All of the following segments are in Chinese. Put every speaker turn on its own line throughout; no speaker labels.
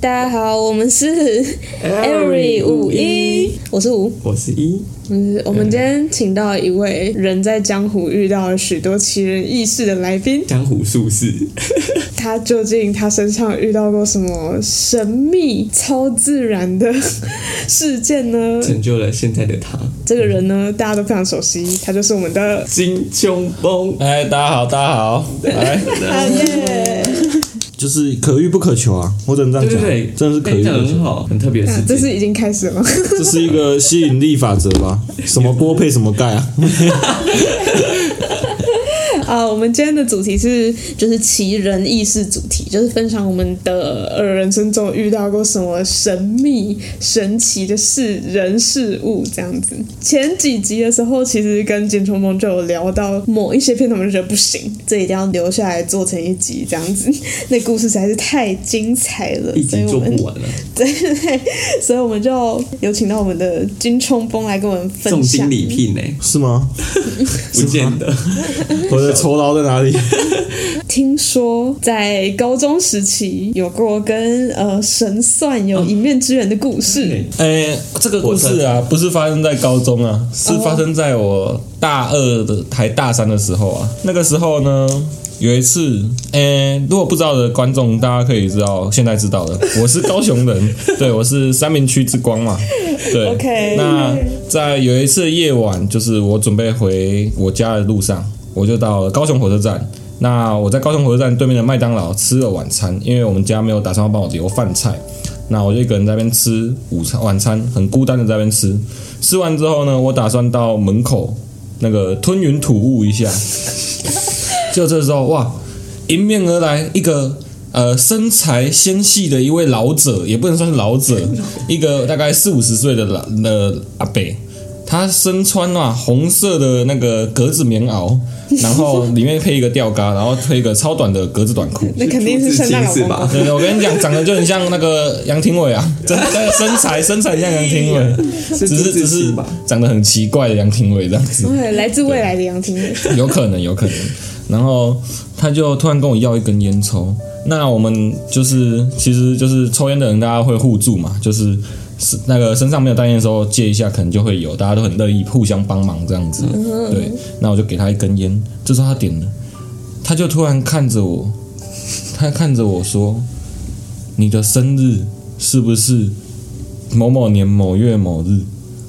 大家好，我们是 Every 五一，我是吴。
我是一，
嗯，我们今天请到一位人在江湖遇到了许多奇人异事的来宾，
江湖术士，
他究竟他身上遇到过什么神秘、超自然的事件呢？
成就了现在的他。
这个人呢，大家都非常熟悉，他就是我们 的
金秋风，
哎，大家好，大家好，哎，
阿耶。
就是可遇不可求啊，我只能这样
对对
讲，
对，
真的是可遇
哎
不
讲得
可
很
求，
好，很特别的事
啊这
情。
是已经开始了吗？
这是一个吸引力法则 吧？什么锅配什么盖啊？
啊，我们今天的主题是就是奇人异事主题，就是分享我们的呃人生中遇到过什么神秘、神奇的事、人事物这样子。前几集的时候，其实跟简冲梦就有聊到某一些片段，我们觉得不行，这一定要留下来做成一集这样子。 那故事实在是太精彩了
一，
所以
集
我
做
们
不完了，
对，所以我们就有请到我们的金冲锋来跟我们分享。
重金礼聘呢，
是吗？
不见得。
我的酬劳在哪里？
听说在高中时期有过跟呃神算有一面之缘的故事。
对
哎，这个故事啊，不是发生在高中啊，是发生在我大二的还大三的时候啊。那个时候呢，有一次，哎，如果不知道的观众，大家可以知道，现在知道了，我是高雄 人，对我是三明区之光嘛。对
OK
那在有一次夜晚，就是我准备回我家的路上，我就到了高雄火车站。那我在高雄火车站对面的麦当劳吃了晚餐，因为我们家没有打算要帮我留饭菜，那我就一个人在那边吃午餐晚餐，很孤单的在那边吃。吃完之后呢，我打算到门口那个吞云吐雾一下，就这时候哇，迎面而来一个呃身材纤细的一位老者，也不能算是老者，一个大概四五十岁的老的阿伯，他身穿啊红色的那个格子棉袄，然后里面配一个吊嘎，然后配一个超短的格子短裤。
那肯定是圣诞老
是
公公
吧？
对，对我跟你讲，长得就很像那个杨廷伟啊， 真的身材身材很像杨廷伟，
只
只是只是长得很奇怪的杨廷伟这样子。
对，来自未来的杨廷伟。
有可能，有可能。然后他就突然跟我要一根烟抽，那我们就是其实就是抽烟的人，大家会互助嘛，就是是那个身上没有带烟的时候借一下，可能就会有，大家都很乐意互相帮忙这样子。对，那我就给他一根烟，这时候他点了，他就突然看着我，他看着我说：“你的生日是不是某某年某月某日？”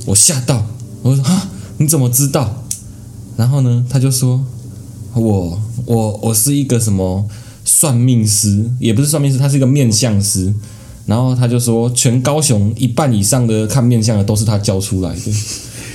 我吓到，我说：“啊，你怎么知道？”然后呢，他就说：“我我我是一个什么算命师，也不是算命师，他是一个面相师。”然后他就说：“全高雄一半以上的看面相的都是他教出来的。”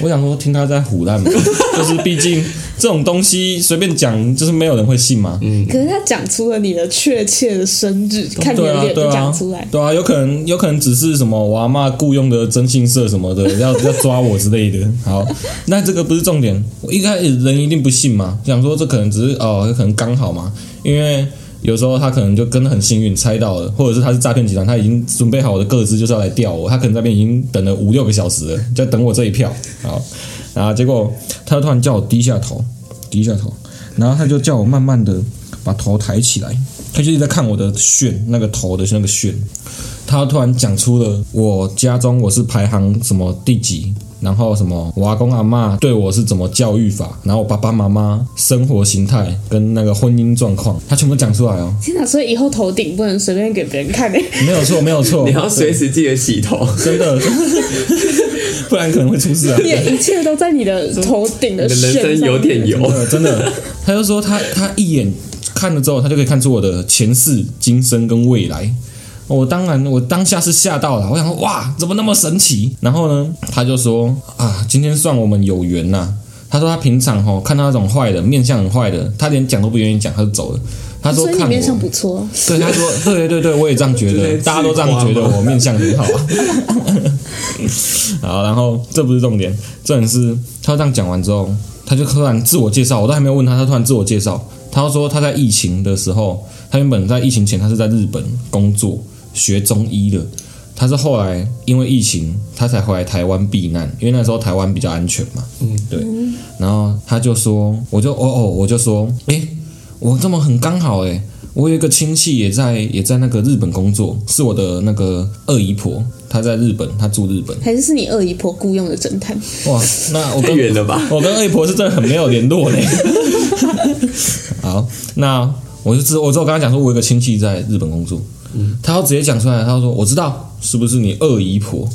我想说，听他在胡乱嘛， 就是毕竟这种东西随便讲，就是没有人会信嘛。
嗯
嗯
可是他讲出了你的确切的生日，
哦
看你
对
的
啊
脸
对
就
啊
讲出来。
对啊，有可能有可能只是什么我阿妈雇佣的征信社什么的， 要要抓我之类的。好，那这个不是重点，我一开始人一定不信嘛，想说这可能只是哦，可能刚好嘛，因为。有时候他可能就真的很幸运猜到了，或者是他是诈骗集团，他已经准备好我的个资就是要来钓我，他可能在那边已经等了五六个小时了，就在等我这一票。好，然后啊结果他突然叫我低下头，低下头，然后他就叫我慢慢的把头抬起来，他就一直在看我的旋，那个头的那个旋。他突然讲出了我家中我是排行什么第几，然后什么我阿公阿嬷对我是怎么教育法，然后我爸爸妈妈生活形态跟那个婚姻状况，他全部讲出来哦，
天哪！所以以后头顶不能随便给别人看诶、欸
没有错，没有错，
你要随时记得洗头，
真 的，不然可能会出事啊。
你的一切都在你的头顶
你
的
的人
旋
生有点油。
呃，真的，他就说他他一眼看了之后，他就可以看出我的前世、今生跟未来。哦我当然，我当下是吓到了，我想说哇，怎么那么神奇？然后呢，他就说啊，今天算我们有缘呐、他说他平常吼、看到那种坏的面相很坏的，他连讲都不愿意讲，他就走了。他说
所以你
看
面相
我，
不错，
对他说对对对，我也这样觉
就在
得，
自
大家都这样觉得
夸嘛
我面相很好 啊。好，然后这不是重点，重点是他这样讲完之后，他就突然自我介绍，我都还没有问他，他突然自我介绍，他说他在疫情的时候，他原本在疫情前他是在日本工作学中医的，他是后来因为疫情他才回来台湾避难，因为那时候台湾比较安全嘛，嗯，对，然后他就说，我就哦哦，我就说，诶，我这么很刚好诶，我有一个亲戚也在也在那个日本工作，是我的那个二姨婆，她在日本，她住日本。
还是是你二姨婆雇佣的侦探？
哇，那我
太
跟
远了吧？
我跟二姨婆是真的很没有联络嘞。好，那我就知我知道我刚刚讲说，我有个亲戚在日本工作，他要直接讲出来，他说我知道是不是你二姨婆。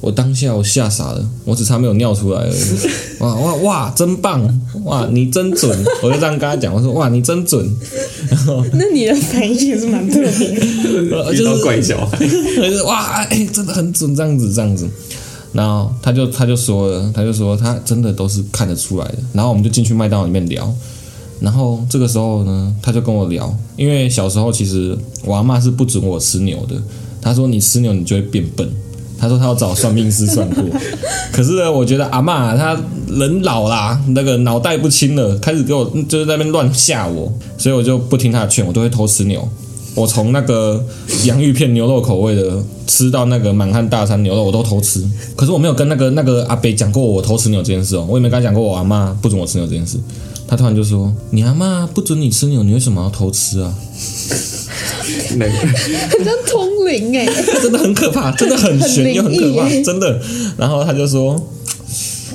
我当下我吓傻了，我只差没有尿出来而已。哇哇哇，真棒！哇，你真准！我就这样跟他讲，我说哇，你真准。
那你的反应也是蛮特别的。
呃
遇
就
到
是
怪小孩，
就是 哇，哎、真的很准，这样子，这样子。然后他就他就说了，他就说他真的都是看得出来的。然后我们就进去麦当劳里面聊。然后这个时候呢，他就跟我聊，因为小时候其实我阿妈是不准我吃牛的。他说你吃牛你就会变笨。他说他要找算命师算过，可是呢，呃我觉得阿嬷她人老啦，那个脑袋不清了，开始给我就是在那边乱吓我，所以我就不听她的劝，我都会偷吃牛。我从那个洋芋片牛肉口味的吃到那个满汉大餐牛肉，我都偷吃。可是我没有跟那个那个阿北讲过我偷吃牛这件事哦，我也没跟他讲过我阿妈不准我吃牛这件事。他突然就说：“你阿妈不准你吃牛，你为什么要偷吃啊？”
那个
很像通灵哎、
真的很可怕，真的很悬又很可怕
很灵异，耶
真的。然后他就说：“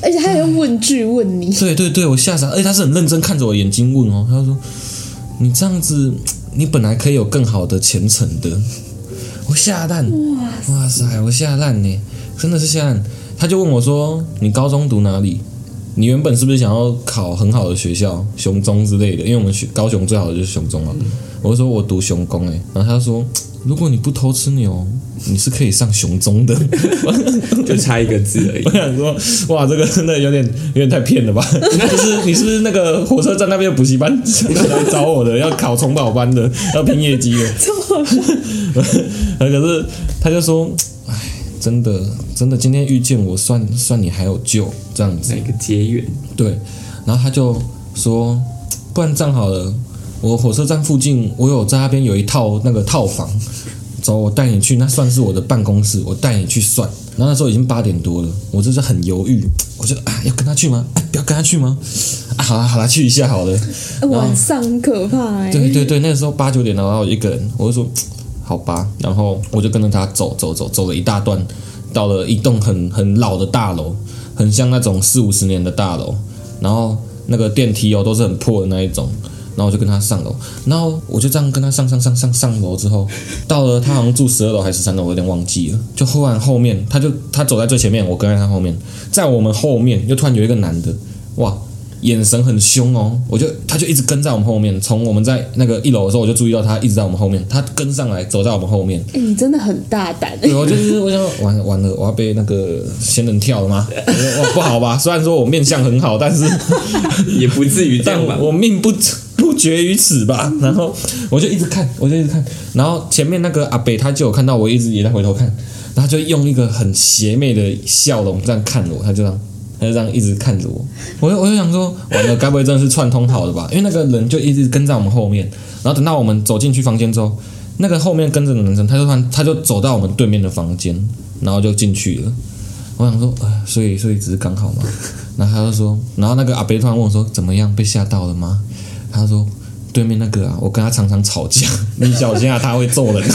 而且他还用问句问你，
对对对，我吓傻，而且他是很认真看着我眼睛问哦，他就说：“你这样子，你本来可以有更好的前程的。”我吓烂，哇塞，我吓烂呢，真的是吓烂。他就问我说：“你高中读哪里？你原本是不是想要考很好的学校，雄中之类的？因为我们学高雄最好的就是雄中嘛。我就说：“我读雄工。”哎，然后他就说：“如果你不偷吃牛，你是可以上雄中的。”
就差一个字而已
我。想说，哇，这个真的有点有点太骗了吧？ 就是你是不是那个火车站那边的补习班 来找我的，要考重保班的，要拼业绩的？
这么
可是他就说，哎，真的真的，今天遇见我算算你还有救这样子
哪。个结缘？
对，然后他就说，不然这样好了，我火车站附近我有在那边有一套那个套房，走，我带你去，那算是我的办公室，我带你去算。然后那时候已经八点多了，我就是很犹豫，我就啊要跟他去吗？哎、不要跟他去吗？啊，好啦好啦，去一下好了。
晚上很可怕哎、
对对对，那个时候八九点了，然后一个人，我就说好吧，然后我就跟着他走走走，走了一大段，到了一栋很很老的大楼，很像那种四五十年的大楼，然后那个电梯哦都是很破的那一种。然后我就跟他上楼，然后我就这样跟他上上上上上楼之后，到了他好像住十二楼还是三楼，我有点忘记了。就忽然后面，他就他走在最前面，我跟在他后面，在我们后面又突然有一个男的，哇，眼神很凶哦，我就他就一直跟在我们后面，从我们在那个一楼的时候，我就注意到他一直在我们后面，他跟上来走在我们后面，
哎你真的很大胆哎、
对我就是我想说完了完了，我要被那个仙人跳了吗？我说哦哇不好吧，虽然说我面相很好，但是
也不至于这
但
样吧？
我命不不绝于此吧。然后我就一直看，我就一直看，然后前面那个阿北他就有看到我一直也在回头看，然后他就用一个很邪魅的笑容这样看我，他就这样。他就这样一直看着我，我就我就想说，完了，该不会真的是串通好的吧？因为那个人就一直跟在我们后面，然后等到我们走进去房间之后，那个后面跟着的男生，他就突然他就走到我们对面的房间，然后就进去了。我想说，呃，所以所以只是刚好嘛。然后他就说，然后那个阿伯突然问我说，怎么样，被吓到了吗？他说。对面那个啊，我跟他常常吵架，你小心啊，他会揍人。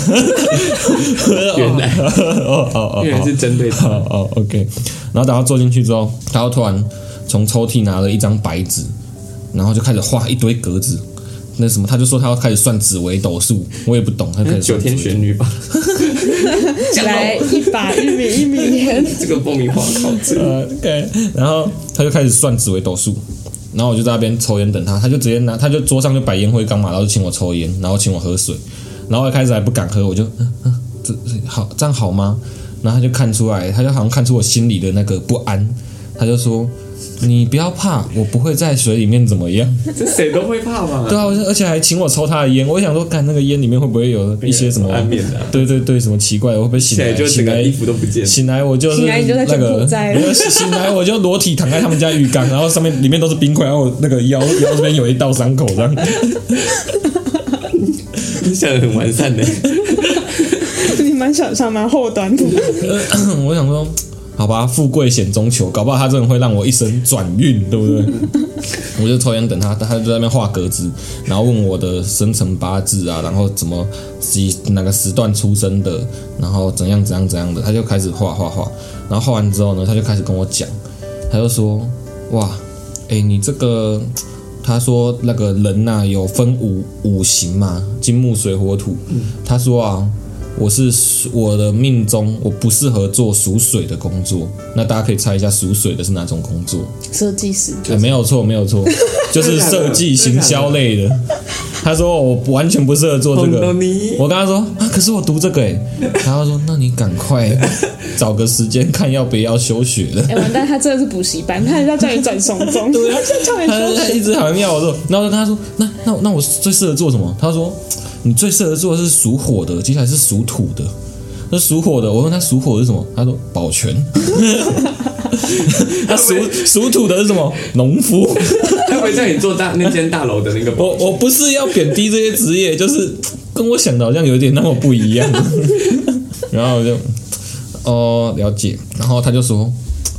原来
哦哦哦，
原来是针对他，
哦哦，OK。然后等他坐进去之后，他又突然从抽屉拿了一张白纸，然后就开始画一堆格子。那什么，他就说他要开始算紫微斗数，我也不懂，他就开始
九
算
天
紫微
玄女吧？
来一把玉米玉米盐，
这个爆米花烤制，
呃，OK，然后他就开始算紫微斗数，然后我就在那边抽烟等他，他就直接拿，他就桌上就摆烟灰缸嘛，然后就请我抽烟，然后请我喝水，然后我一开始还不敢喝，我就嗯嗯，这这好这样好吗？然后他就看出来，他就好像看出我心里的那个不安，他就说。你不要怕，我不会在水里面怎么样。
这谁都会怕吧？
对啊，我就而且还请我抽他的烟，我想说，看那个烟里面会不会有一些什么
安眠的啊
对对对，什么奇怪，我会不会醒
现
来？
在就整
醒
个
来
衣服都不见了，
醒来我就是
醒来你就在
那
柬
个
埔寨，了
没有醒来我就裸体躺在他们家浴缸，然后上面里面都是冰块，然后我那个腰腰这边有一道伤口这样。
你想的很完 善的，
你蛮想上蛮后端的。
我想说，好吧，富贵险中求，搞不好他真的会让我一生转运，对不对？ 我就抽烟等他，他就在那边画格子，然后问我的生辰八字啊，然后怎么几哪个时段出生的，然后怎样怎样怎样的，他就开始画画画，然后画完之后呢，他就开始跟我讲，他就说，哇，哎、你这个，他说那个人呐、有分五五行嘛，金木水火土，他说啊。我是属我的命中，我不适合做属水的工作。那大家可以猜一下，属水的是哪种工作？
设计师，
哎没有错，没有错，就是设计行销类的。他说我完全不适合做这
红豆
个。
泥
我跟他说啊，可是我读这个哎，然后他说那你赶快找个时间看要不要休学了。
哎、完蛋，他真的是补习班，他人家叫你转送中，
对啊
他叫你
他
休
他
息
一直好像要我做，然后我就跟他说那那那我最适合做什么？他说你最适合做的是属火的，接下来是属土的。那属火的，我问他属火是什么？他说保全。 他属属土的是什么？农夫。
他会叫你做大那间大楼的那个
我我不是要贬低这些职业，就是跟我想的好像有点那么不一样。 然后我就哦了解，然后他就说：“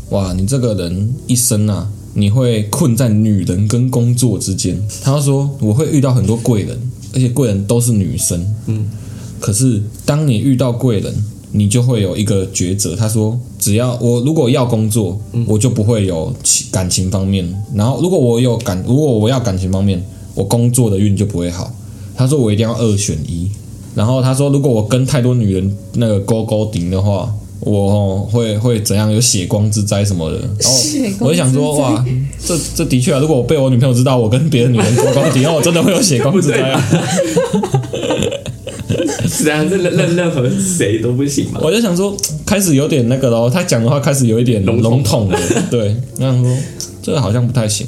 哇，你这个人一生啊，你会困在女人跟工作之间。”他说：“我会遇到很多贵人，而且贵人都是女生。”嗯，可是当你遇到贵人。你就会有一个抉择。他说：“只要我如果要工作，我就不会有情感情方面；然后如果我有感，如果我要感情方面，我工作的运就不会好。他说我一定要二选一。然后他说，如果我跟太多女人那个勾勾顶的话，我哦会会怎样有血光之灾什么的。然后
血光之灾
我就想说，哇，这这的确啊，如果我被我女朋友知道我跟别的女人勾勾顶，那我真的会有血光之灾啊。
是啊，这任任任何谁都不行嘛。
我就想说，开始有点那个咯，他讲的话开始有一点
笼统
笼统了。对，那想说这个好像不太行。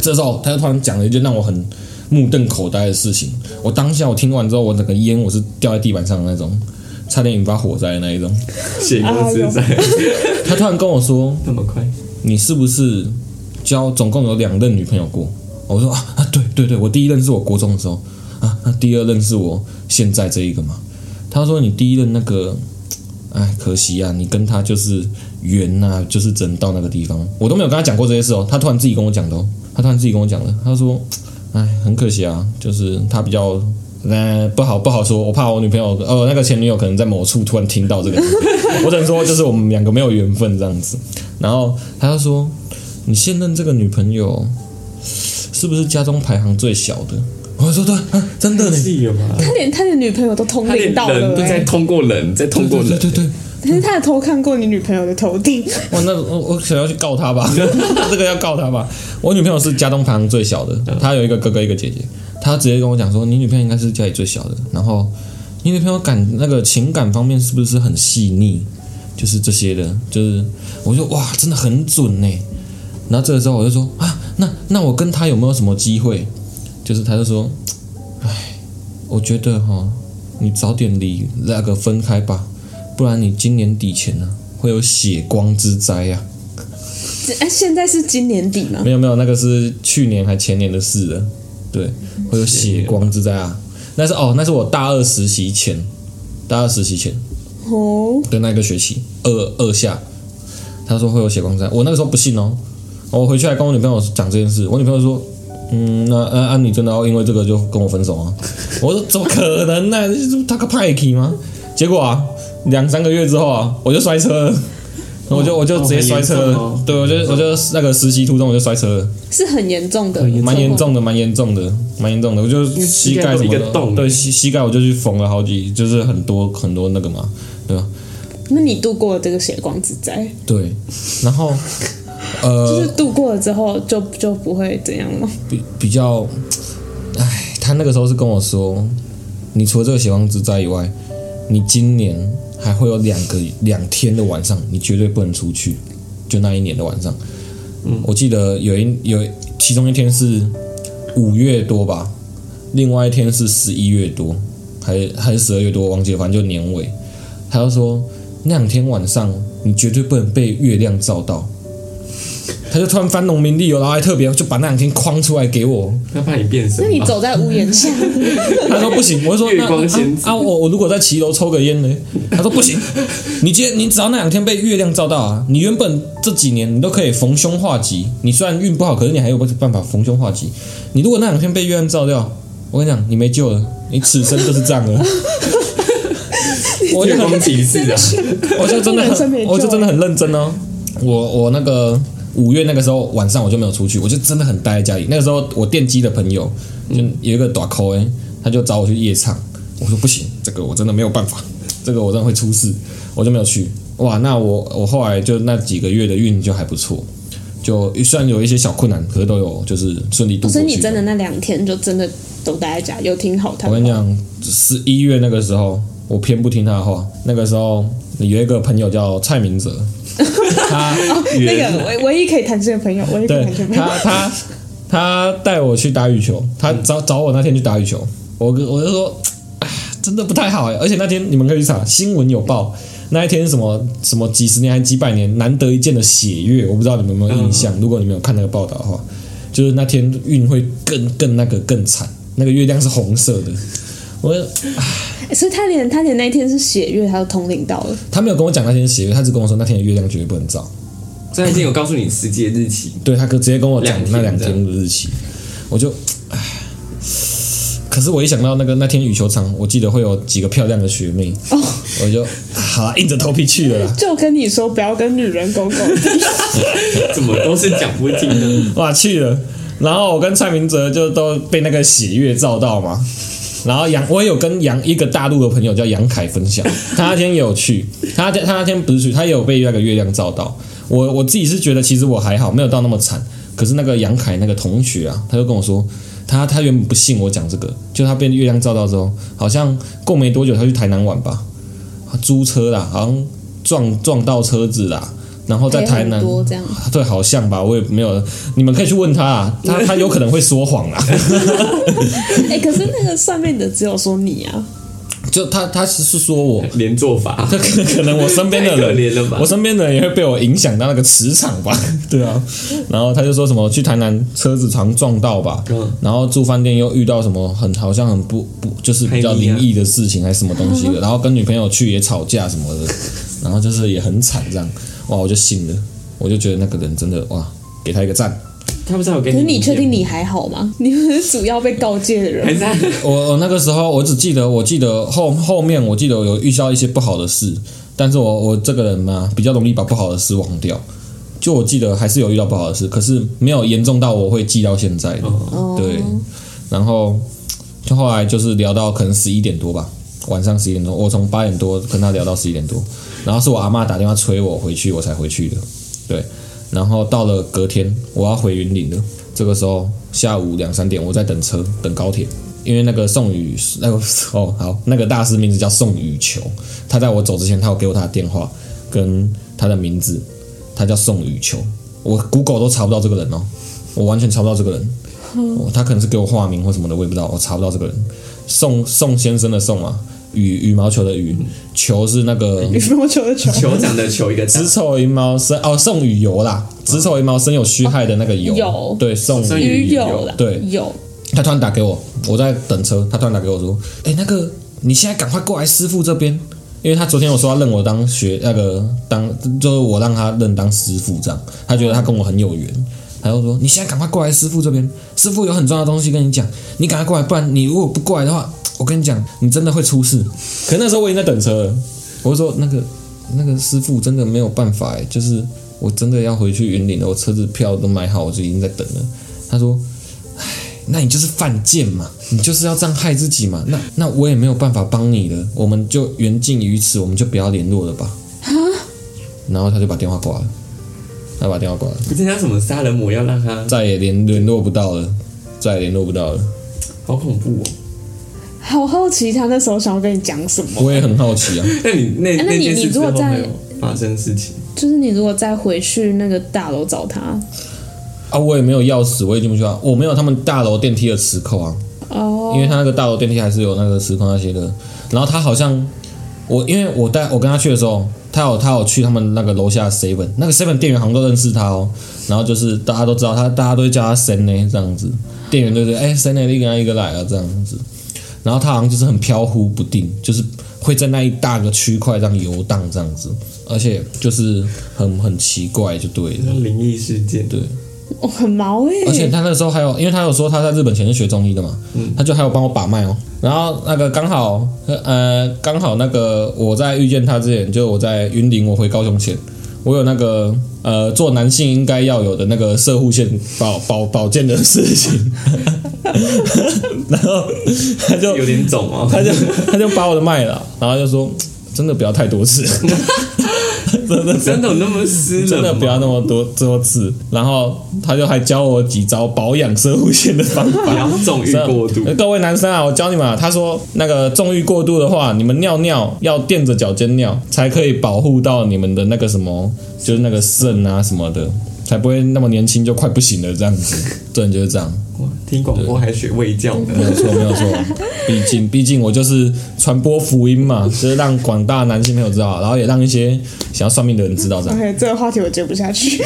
这时候他就突然讲了一件让我很目瞪口呆的事情。我当下我听完之后，我整个烟我是掉在地板上的那种，差点引发火灾的那一种。
血光之
哎
灾
他突然跟我说
那么快，：“
你是不是交总共有两任女朋友过？”我说：“啊啊，对对对，我第一任是我国中的时候啊，那第二任是我现在这一个嘛。”他说：“你第一任那个，哎，可惜啊，你跟他就是缘呐、就是只能到那个地方。我都没有跟他讲过这些事哦，他突然自己跟我讲的哦，他突然自己跟我讲的。他说：哎，很可惜啊，就是他比较。”那不好不好说，我怕我女朋友呃那个前女友可能在某处突然听到这个， 我只能说就是我们两个没有缘分这样子。然后他就说：“你现任这个女朋友是不是家中排行最小的？”我说：“对，啊、真的呢。”
是有吗？
他连他的女朋友都通
他连
灵到
人
了、
都在
欸，
通过人，在通过
对
人，
对对，
但是他也偷看过你女朋友的头顶，
哇，哦那我我想要去告他吧， 这个要告他吧。我女朋友是家中排行最小的，她有一个哥哥一个姐姐，她直接跟我讲说，你女朋友应该是家里最小的，然后你女朋友感那个情感方面是不是很细腻？就是这些的，就是我就哇，真的很准呢。然后这个时候我就说啊，那那我跟他有没有什么机会？就是他就说，唉，我觉得哈，你早点离那个分开吧，不然你今年底前呢、会有血光之灾呀、
哎、现在是今年底吗？
没有没有，那个是去年还前年的事了。对，会有血光之灾啊。那是哦，那是我大二实习前，大二实习前
哦，
的那个学期，二二下，他说会有血光之灾，我那个时候不信哦。我回去还跟我女朋友讲这件事，我女朋友说。嗯，那那啊，你真的要因为这个就跟我分手啊？ 我说怎么可能呢、这是他个派克吗？结果啊，两三个月之后啊，我就摔车了，我就我就
哦
直接摔车
很
了，
严重哦
对我就我就那个实习途中我就摔车了。
是很严重的，
蛮严。重的，蛮严重的，蛮严重的。我就
哦为膝
膝
盖
盖
都
什么
一个
的
洞
对膝膝盖我就去缝了好几，就是很多很多那个嘛，对吧？
那你度过了这个血光之灾，
对，然后呃，
就是度过了之后就就不会怎样了。
比比较，唉，他那个时候是跟我说，你除了这个血光之灾以外，你今年还会有两个两天的晚上，你绝对不能出去，就那一年的晚上。嗯，我记得有一有一其中一天是五月多吧，另外一天是十一月多，还还是十二月多，忘记了，反正就年尾。他就说那两天晚上你绝对不能被月亮照到。他就突然翻农民历哦，然后还特别就把那两天框出来给我。
他怕你变身
那
吧。
你走在屋檐 下，
他说不行，我就 说
月
那
光仙子
啊啊，我我如果在骑楼抽个烟呢？他说不行，你今天你只要那两天被月亮照到啊，你原本这几年你都可以逢凶化吉，你虽然运不好，可是你还有办法逢凶化吉。你如果那两天被月亮照掉，我跟你讲，你没救了，你此生就是这样 了。我就
月
很
光骑士啊，
我就真的
人生没
很，
救
我就真的很认真哦。我我那个五月那个时候晚上我就没有出去，我就真的很待在家里。那个时候我电机的朋友就有一个短扣哎，他就找我去夜唱，我说不行，这个我真的没有办法， 这个我真的会出事，我就没有去。哇，那我我后来就那几个月的运就还不错，就虽然有一些小困难，可是都有就是顺利度过去
哦所
了。
以你真的那两天就真的都待在家，有听好他
我
们
跟你 讲，十一月那个时候，我偏不听他的话。那个时候有一个朋友叫蔡明哲，他
哦那个唯唯一可以谈心的朋友，唯一可以
对
谈心的朋友，
他他他带我去打羽球，他找找我那天去打羽球，我跟我就说，唉真的不太好哎。而且那天你们可以去查，新闻有报。那一天什么什么几十年还几百年难得一见的血月，我不知道你们有没有印象。如果你们有看那个报道的话，就是那天运会更更那个更惨，那个月亮是红色的。我
所以他连他连那一天是血月，他都通灵到了。
他没有跟我讲那天写月，他只跟我说那天的月亮绝对不能照。
所以他已经有告诉你世界日期，
对他哥直接跟我讲
两天
那两天的日期，我就唉。可是我一想到那个那天羽球场，我记得会有几个漂亮的学妹，
哦
我就啊好啦硬着头皮去了啦。
就跟你说不要跟女人 勾勾搭，
怎么都是讲不听的。
哇，去了。然后我跟蔡明哲就都被那个喜悦照到嘛。然后杨，我也有跟杨一个大陆的朋友叫杨凯分 享，他那天也有去，他他他那天不是去，他也有被那个月亮照到。我我自己是觉得其实我还好，没有到那么惨。可是那个杨凯那个同学啊，他就跟我说，他他原本不信我讲这个，就他被月亮照到之后，好像过没多久他去台南玩吧，租车啦，好像撞撞到车子啦，然后在
赔
台
哎很
南
多这样。
对，好像吧，我也没有，你们可以去问他、啊，他他有可能会说谎啊啦。
哎、可是那个算命的只有说你啊，
嗯就他他是是说我，
连做法，
可可能我身边的
太可
人，
怜了吧
我？身边的人也会被我影响到那个磁场吧， 对啊。然后他就说什么去台南车子常撞到吧，
嗯
然后住饭店又遇到什么很好像很不不就是比较
黑衣啊
灵异的事情还是什么东西
嗯
的，然后跟女朋友去也吵架什么的，然后就是也很惨这样，哇，我就信了，我就觉得那个人真的哇，给他一个赞。
他不是有给
可是
你意见吗？
你确定你还好吗？你不是主要被告诫的
还
人，
在？
我我那个时候我只记得，我记得后后面我记得我有遇到一些不好的事，但是我我这个人嘛，比较容易把不好的事忘掉。就我记得还是有遇到不好的事，可是没有严重到我会记到现在的。
哦
对，然后就后来就是聊到可能十一点多吧，晚上十一点多，我从八点多跟他聊到十一点多，然后是我阿妈打电话催我回去，我才回去的。对，然后到了隔天我要回云林了，这个时候下午两三点我在等车等高铁。因为那个宋雨，那个 哦好，那个大师名字叫宋雨球，他在我走之前，他有给我他的电话跟他的名字，他叫宋雨球，我 Google 都查不到这个人哦，我完全查不到这个人，哦，他可能是给我化名或什么的，我也不知道，我查不到这个人。宋宋先生的宋啊，羽羽毛球的羽，球是那个
你不我求的求，
酋长的球一个字
子，丑寅卯申哦，宋雨游啦，子丑寅卯申有戌亥的那个
哦
酉，
酉
对，宋
所以
鱼
有
有了，
对
有，
他突然打给我，我在等车，他突然打给我说：“哎、那个你现在赶快过来师傅这边，因为他昨天有说要认我当学那个当，就是我让他认当师傅这样，他觉得他跟我很有缘。”他就说：“你现在赶快过来师傅这边，师傅有很重要的东西跟你讲，你赶快过来，不然你如果不过来的话，我跟你讲，你真的会出事。”可那时候我已经在等车了，我就说：“那个那个师傅真的没有办法、欸，就是我真的要回去云林了，我车子票都买好，我就已经在等了。”他说：“那你就是犯贱嘛，你就是要这样害自己嘛。那那我也没有办法帮你了，我们就缘尽于此，我们就不要联络了吧。然后他就把电话挂了，他把电话挂了，
不是他什么杀人魔要让他，
再也联联络不到了，再也联络不到了。
好恐怖哦！
好好奇他那时候想要跟你讲什么。
我也很好奇啊，
那你那
哎那你
件
你
事之
如果
后
在
还有发生事情？
就是你如果再回去那个大楼找他，
啊，我也没有钥匙，我也进不去啊，我没有他们大楼电梯的磁扣啊，
哦，
因为他那个大楼电梯还是有那个磁扣那些的。然后他好像，我因为我带我跟他去的时候，他有他有去他们那个楼下 seven，那个 seven 店员好像都认识他哦，然后就是大家都知道他，大家都会叫他神呢这样子，店员就说哎神呢，一个来一个来啊这样子，然后他好像就是很飘忽不定，就是会在那一大个区块这样游荡这样子，而且就是很很奇怪就对了。
那灵异事件，
对，
哦，很毛哎、
而且他那时候还有，因为他有说他在日本前是学中医的嘛，他就还有帮我把脉哦。然后那个刚好，呃，刚好那个我在遇见他之前，就我在云林，我回高雄前，我有那个呃做男性应该要有的那个射护线保保保健的事情， 然后他就
有点肿哦。
他就他就把我的脉了，然后就说真的不要太多次， 真的
真的有那么湿冷吗？
真的不要那么多多次。然后他就还教我几招保养射护线的方法。
不要 纵欲过度。
各位男生啊，我教你们、啊。他说，那个纵欲过度的话，你们尿尿要垫着脚尖尿，才可以保护到你们的那个什么，就是那个肾啊什么的，才不会那么年轻就快不行了这样子。对，就是这样。
哇听广播还学卫教
没
呢，
有错，没有错。毕竟，毕竟我就是传播福音嘛，就是让广大男性朋友知道，然后也让一些想要算命的人知道这样。
OK，这个话题我接不下去。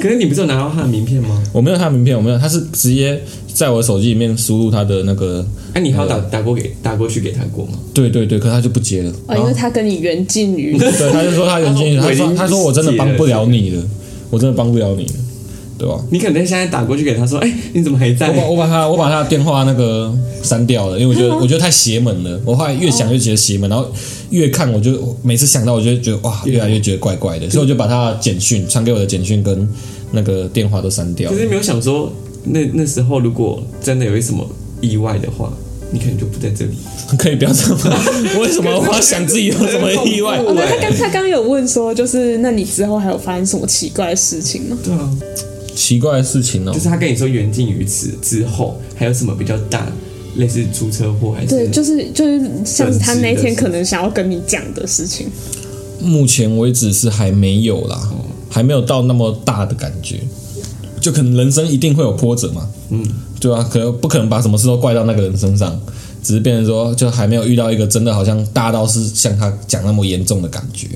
可是你不是有拿到他的名片吗？
我没有他的名片，我没有，他是直接在我手机里面输入他的那个，
哎、你还有打打过给打过去给他过吗？
对对对，可他就不接了。
哦，因为他跟你缘尽 于
对，他就说他有建议，
他说
他
我已
说
经
他说我真的帮不了你了，我真的帮不了你了，对吧？
你可能现在打过去给他说，哎、你怎么还
我把
在？
我把他我把他的电话那个删掉了，因为我觉得我觉得太邪门了。我后来越想越觉得邪门，然后越看我就每次想到我就觉得哇，越来越觉得怪怪的，所以我就把他的简讯传给我的简讯跟那个电话都删掉
可
了。
是没有想说，那那时候如果真的有一什么意外的话，你可能就不在这里。
可以不要这么，为什么我要想自己有什么意外？
哦，
啊
对，他刚他刚有问说，就是那你之后还有发生什么奇怪的事情吗？
对啊，
奇怪的事情哦
就，是他跟你说缘尽于此之后，还有什么比较大，类似出车祸还是？
对，就是就是像是他那
本质的
天
事
可能想要跟你讲的事情。
目前为止是还没有啦，还没有到那么大的感觉，就可能人生一定会有波折嘛，
嗯，
对啊，可不可能把什么事都怪到那个人身上？只是变成说，就还没有遇到一个真的好像大到是像他讲那么严重的感觉。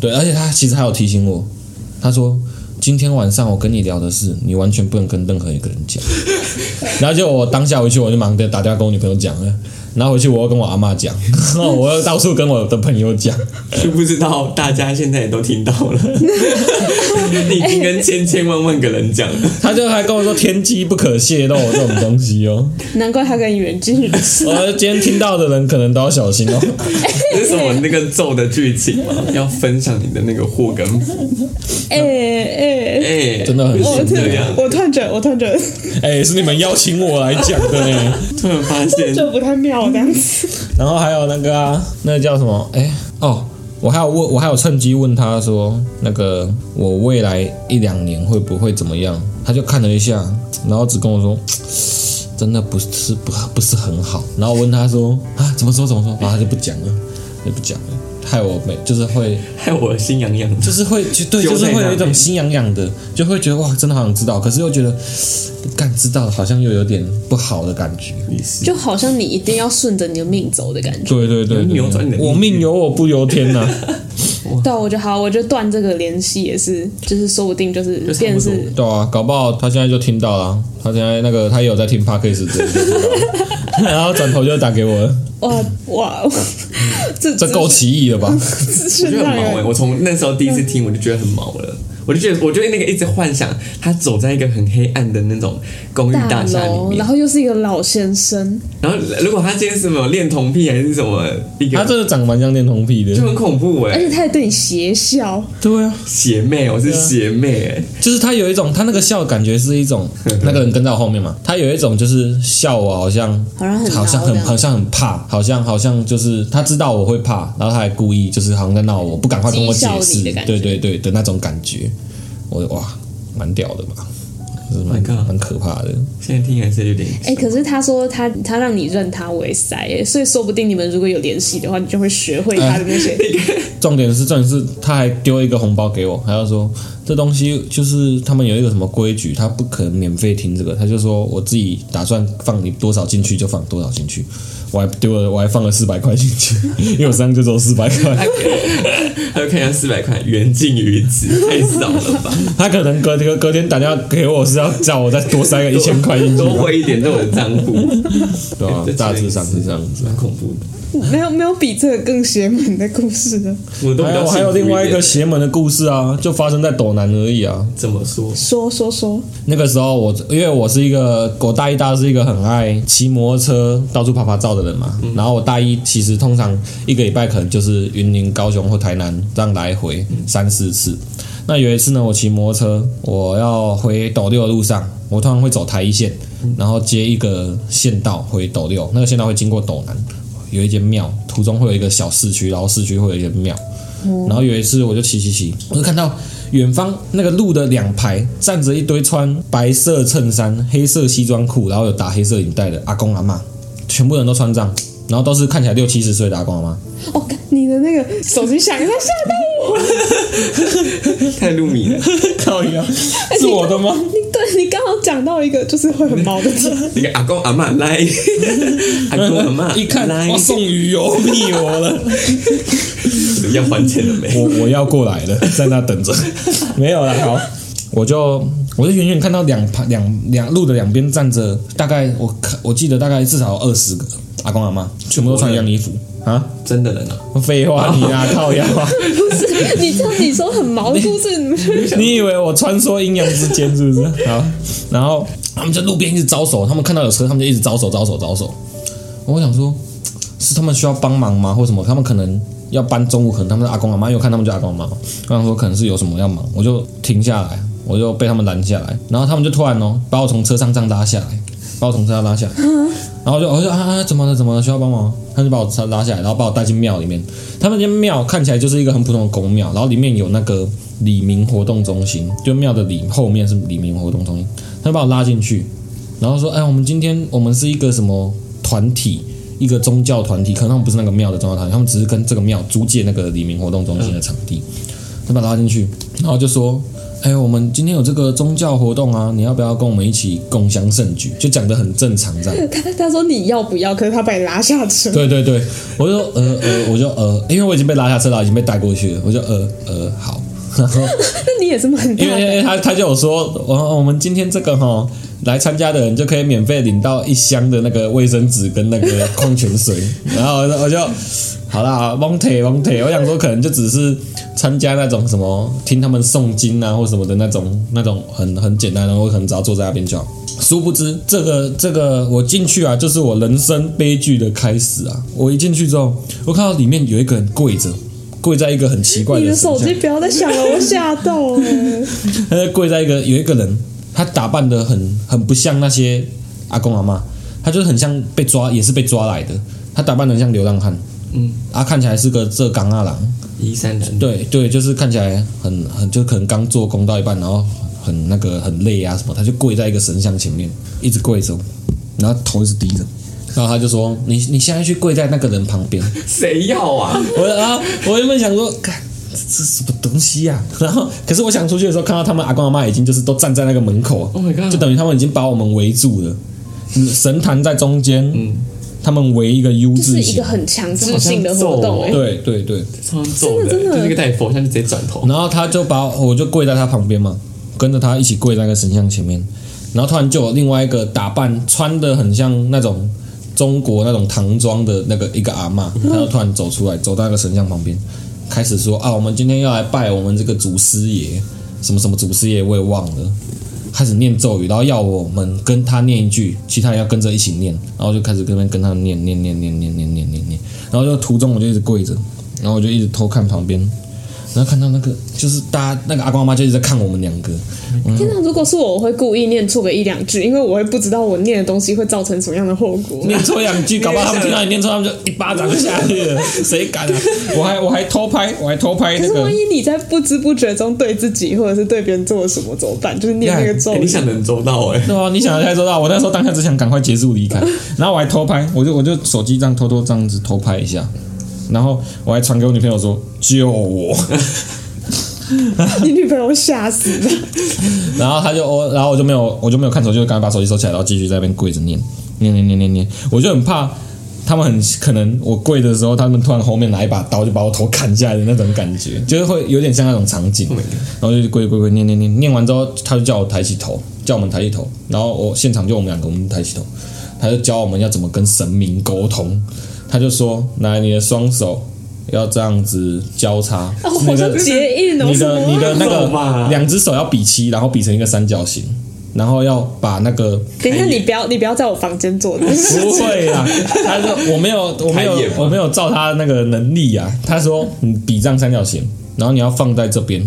对，而且他其实还有提醒我，他说今天晚上我跟你聊的事，你完全不能跟任何一个人讲。然后就我当下回去，我就忙着打电话跟我女朋友讲了，然后回去我又跟我阿妈讲，然后我又到处跟我的朋友讲。
就不知道大家现在也都听到了，你已经跟千千万万个人讲了。
他就还跟我说天机不可泄露这种东西 哦。
难怪他跟你缘 尽于此。
我今天听到的人可能都要小心哦。
这是我那个咒的剧情吗？要分享你的那个祸根符，
哎哎，
哎、
真的很
不
我
行
突
这样
然，我突然觉得，我突然觉得
哎，是你们邀请我来讲的呢。
突然发现
这不太妙，这样子。
然后还有那个啊，那个叫什么？哎哦，我还有问，我还有趁机问他说，那个我未来一两年会不会怎么样？他就看了一下，然后只跟我说。真的不是不不是很好，然后我问他说啊怎么说怎么说，然后他就不讲了，就不讲了，害我每就是会
害我心痒痒的
就。是会就对，
揪
就
在
是会有一
那
种
边
心痒痒的，就会觉得哇，真的好想知道，可是又觉得干知道了好像又有点不好的感觉。
你 是
就好像你一定要顺着你的命走的感觉。
对对对
有扭转你的
我
命
命由我不由天呐、
对啊，我觉得好，我觉得断这个联系也是，就是说不定就是
就差不多
变成是
对啊，搞不好他现在就听到了，他现在那个他也有在听 podcast，之类的 然后转头就打给我了，
哇哇， 这
这够奇异 了吧？
资
我
讯
觉得
量
很毛哎、
有
我从那时候第一次听，我就觉得很毛了。我就觉得，我就那个一直幻想他走在一个很黑暗的那种公寓
大
大厦里
楼，
面
然，后又是一个老先生，
然后如果他今天是什么恋童癖还是什么一
他
个，
真的长蛮像恋童癖
就
的，
很恐怖哎、
而且他还对你邪笑，
对啊，
邪妹，我是邪妹哎、
就是他有一种他那个笑感觉是 一种那个人跟在我后面嘛，他有一种就是笑我好像
好像很老这
好像很
样
好像很怕，好像好像就是他知道我会怕，然后他还故意就是好像在闹我，不赶快跟我解
讥
释
笑你的，感觉
对对对的那种感觉，我哇，蛮屌的吧，就是
My
蛮
God
蛮可怕的。
现在听还是有点
哎、可是他说他他让你认他为塞、哎，所以说不定你们如果有联系的话，你就会学会他的那些。
重点是重点是他还丢一个红包给我，还要说这东西就是他们有一个什么规矩，他不可能免费停这个，他就说我自己打算放你多少进去就放多少进去，我还丢了我还放了四百块进去，因为我身上就只有四百块，
还有看一下四百块，缘尽于此，太少了吧？
他可能隔隔隔天打电话给我是要叫我再多塞个一千块进去，
多汇一点在我的账户，
对啊
这，
大致上是这样子。啊
蛮恐怖的。
嗯
没有没有比这个更邪门的故事了。
我都比
还
较
有还有
幸福
另外一个
点
邪门的故事啊，就发生在斗南而已啊。
怎么说？
说说说，
那个时候我因为我是一个我大一大二是一个很爱骑摩托车到处爬爬照的人嘛，然后我大一其实通常一个礼拜可能就是云林、高雄或台南这样来回三四次。那有一次呢，我骑摩托车，我要回斗六的路上，我通常会走台一线，然后接一个县道回斗六，那个县道会经过斗南，有一间庙，途中会有一个小市区，然后市区会有一间庙。然后有一次我就骑骑骑，我就看到远方那个路的两排站着一堆穿白色衬衫、黑色西装裤，然后有打黑色领带的阿公阿嬷，全部人都穿这样，然后都是看起来六七十岁的阿公阿嬷。
哦，你的那个手机响一下，吓到我。
太入迷了，
靠呀， 是我的吗？
你对你刚好讲到一个就是会很毛的点，
那个阿公阿妈来，阿公阿妈
一看，
来
哇，，送鱼油腻我了，
要还钱了没？
我我要过来了，在那等着，没有啦，好，我就我就远远看到两排两两路的两边站着，大概我看我记得大概至少有二十个阿公阿嬷，全部都穿一样的衣服啊。
真的人啊，
废话，你啊，靠腰啊！
不是你这你说很毛的故事，你们
你以为我穿梭阴阳之间是不是？好，然后他们在路边一直招手，他们看到有车，他们就一直招手、招手、招手。我想说，是他们需要帮忙吗，或什么？他们可能要搬重物，可能他们的阿公阿妈，因为我看他们就阿公阿妈嘛。我想说，可能是有什么要忙，我就停下来，我就被他们拦下来，然后他们就突然哦，把我从车上这样拉下来，把我从车上拉下来，然后我就我就啊啊怎么了怎么了需要帮忙？他就把我拉下来，然后把我带进庙里面。他们那间庙看起来就是一个很普通的公庙，然后里面有那个李明活动中心，就庙的里后面是李明活动中心。他就把我拉进去，然后说：“哎，我们今天我们是一个什么团体？一个宗教团体，可能他们不是那个庙的宗教团体，他们只是跟这个庙租借那个李明活动中心的场地。他把他拉进去，然后就说：“哎，我们今天有这个宗教活动啊，你要不要跟我们一起共襄盛举？”就讲得很正常这样。
他他说你要不要，可是他把你拉下车。
对对对，我就说呃呃，我就呃，因为我已经被拉下车了，已经被带过去了，我就呃呃好。 然后，
那你也是蛮大
因为因
的，
为他他就有说，哦我我们今天这个哈，来参加的人就可以免费领到一箱的那个卫生纸跟那个矿泉 水。然后我就我就好啦，蒙腿蒙腿，我想说可能就只是参加那种什么听他们诵经啊或什么的那种那种很很简单的，我可能只要坐在那边就好。殊不知，这个这个我进去啊，就是我人生悲剧的开始啊！我一进去之后，我看到里面有一个人跪着，跪在一个很奇怪
你的
神像
手机不要再响了，我吓到 了。
他就跪在一个有一个人，他打扮的很很不像那些阿公阿妈，他就是很像被抓，也是被抓来的。他打扮的像流浪汉，
嗯，
啊，看起来是个浙江阿郎，
一三人，
对对，就是看起来很很就可能刚做工到一半，然后很那个很累啊什么，他就跪在一个神像前面，一直跪着，然后头一直低着，然后他就说：“你你现在去跪在那个人旁边。”
谁要啊？
我啊，我原本想说，看这这什么东西呀、 然后，可是我想出去的时候，看到他们阿公阿妈已经就是都站在那个门口啊
Oh my god
就等于他们已经把我们围 住了，神坛在中间，
嗯
他们围一个 U
这
字
是一
形
个。很强制性的活动、欸，
对对对，
超重的，
真的真的
就是那个大佛，他就直接转头，
然后他就把我就跪在他旁边嘛，跟着他一起跪在那个神像前面，然后突然就有另外一个打扮穿的很像那种中国那种唐装的那个一个阿嬷，她就突然走出来，走到那个神像旁边，开始说啊，我们今天要来拜我们这个祖师爷，什么什么祖师爷我也忘了。开始念咒语，然后要我们跟他念一句，其他人要跟着一起念，然后就开始跟跟他念念念念念念念念念，然后就途中我就一直跪着，然后我就一直偷看旁边，然后看到那个就是大家那个阿公阿妈就一直在看我们两个，
天哪！如果是我，我会故意念错个一两句，因为我会不知道我念的东西会造成什么样的后果。
念错两句，搞不好他们听到你念错，他们就一巴掌就下去了，谁敢啊？ 我还我还偷拍，我还偷拍
可
那
是
个
万。一你在不知不觉中对自己或者是对别人做了什么怎么办？就是 念那个咒
欸
语
你，想的很周到哎，
对啊，你想得太周到，我那时候当下只想赶快结束离开，然后我还偷拍，我就我就手机这样偷偷这样子偷拍一下，然后我还传给我女朋友说救我，
你女朋友会吓死 的。
然后他就我，然后我就没有，我就没有看手机，就赶快把手机收起来，然后继续在那边跪着念念念念念念。我就很怕他们很可能我跪的时候，他们突然后面拿一把刀就把我头砍下来的那种感觉，就是会有点像那种场景。
Oh my
然后就跪跪跪念念念，念完之后他就叫我抬起头，叫我们抬起头，然后我现场就我们两个我们抬起头，他就教我们要怎么跟神明沟通。他就说：“来，你的双手要这样子交叉，
哦，
你
好
的
像结印哦，
你
什
的
么
你的那
手嘛
个两只手要比齐，然后比成一个三角形，然后要把那个
等一下，你不要，你不要在我房间做这事。
不会 啦，他说我没有我没有
开眼吗
我没有照他那个能力呀、他说你比这样三角形，然后你要放在这边，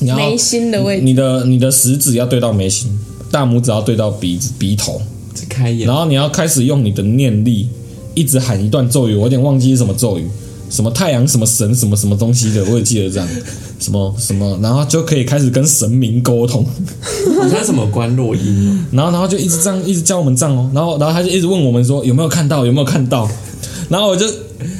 你要
眉心的位置，
你的你的食指要对到眉心，大拇指要对到鼻子鼻头，
这开眼
然，后你要开始用你的念力一直喊一段咒语，我有点忘记是什么咒语，什么太阳什么神什么什么东西的，我也记得这样，什么什么，然后就可以开始跟神明沟通，
你像什么关若英哦？
然后然后就一直这样一直教我们这样哦，然后然后他就一直问我们说有没有看到有没有看到，然后我就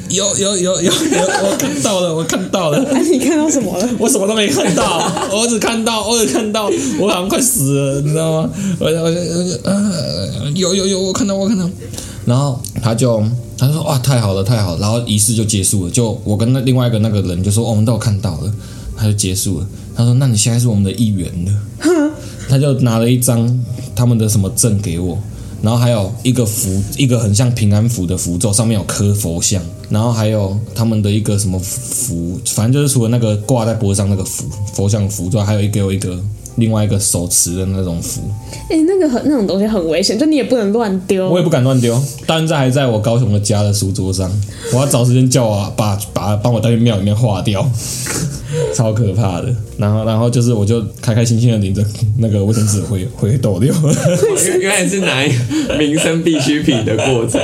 有有有有有我看到了我看到了。
哎，你看到什么了？
我什么都没看到，我只看到，我只看到，我好像快死了，你知道吗？我就我就我就呃，有有有，我看到我看到，然后他就他就说哇，太好了太好了，然后仪式就结束了，就我跟那另外一个那个人就说、哦、我们都有看到了，他就结束了。他说那你现在是我们的一员了，他就拿了一张他们的什么证给我。然后还有一个符，一个很像平安符的符咒，上面有刻佛像，然后还有他们的一个什么符，反正就是除了那个挂在脖子上那个符佛像符之外，还有一个有一个另外一个手持的那种符，
哎，那个很那种东西很危险，就你也不能乱丢。
我也不敢乱丢，但是还在我高雄的家的书桌上，我要找时间叫我把把帮我带去庙里面化掉， 超可怕的。然后然后就是我就开开心心的领着那个卫生纸回回斗六，
原原来是拿一个民生必需品的过程，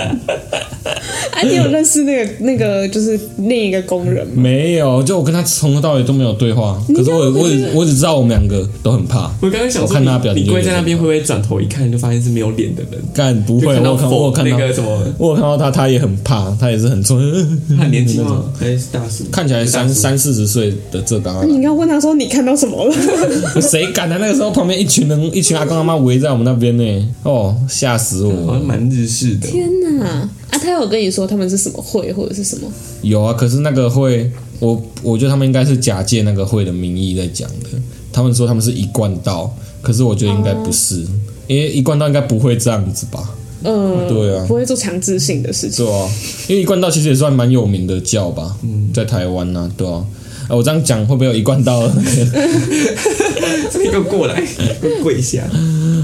哎，你有认识那个那个就是另一个工人吗？
没有，就我跟他从头到尾都没有对话，可是我我只我只知道我们两个都很怕。
我刚刚想
我
说
看他表
你，你
情就有
跪
点
在那边会不会转头一看就发现是没有脸的人？
干不会，
就看
啊
到
我看我有看到嗯
那个什么，
我有看到他，他也很怕，他也是很重，
他很年轻吗？还是大叔？
看起来三
大叔
三四十岁的这刚
你应该问他说你看到什么了？
谁敢啊？那个时候旁边一群人，一群阿公阿妈围在我们那边呢，哦，吓死
好
我！
像蛮日式的。
天 哪！啊，他有跟你说他们是什么会或者是什么？
有啊，可是那个会，我我觉得他们应该是假借那个会的名义在讲的。他们说他们是一贯道，可是我觉得应该不是，
哦
因为一贯道应该不会这样子吧？
呃，
对啊
不会做强制性的事情。
对啊，嗯因为一贯道其实也算蛮有名的教吧，在台湾呐、对啊。啊我这样讲会不会有一贯道？
你给我过来，给我跪下！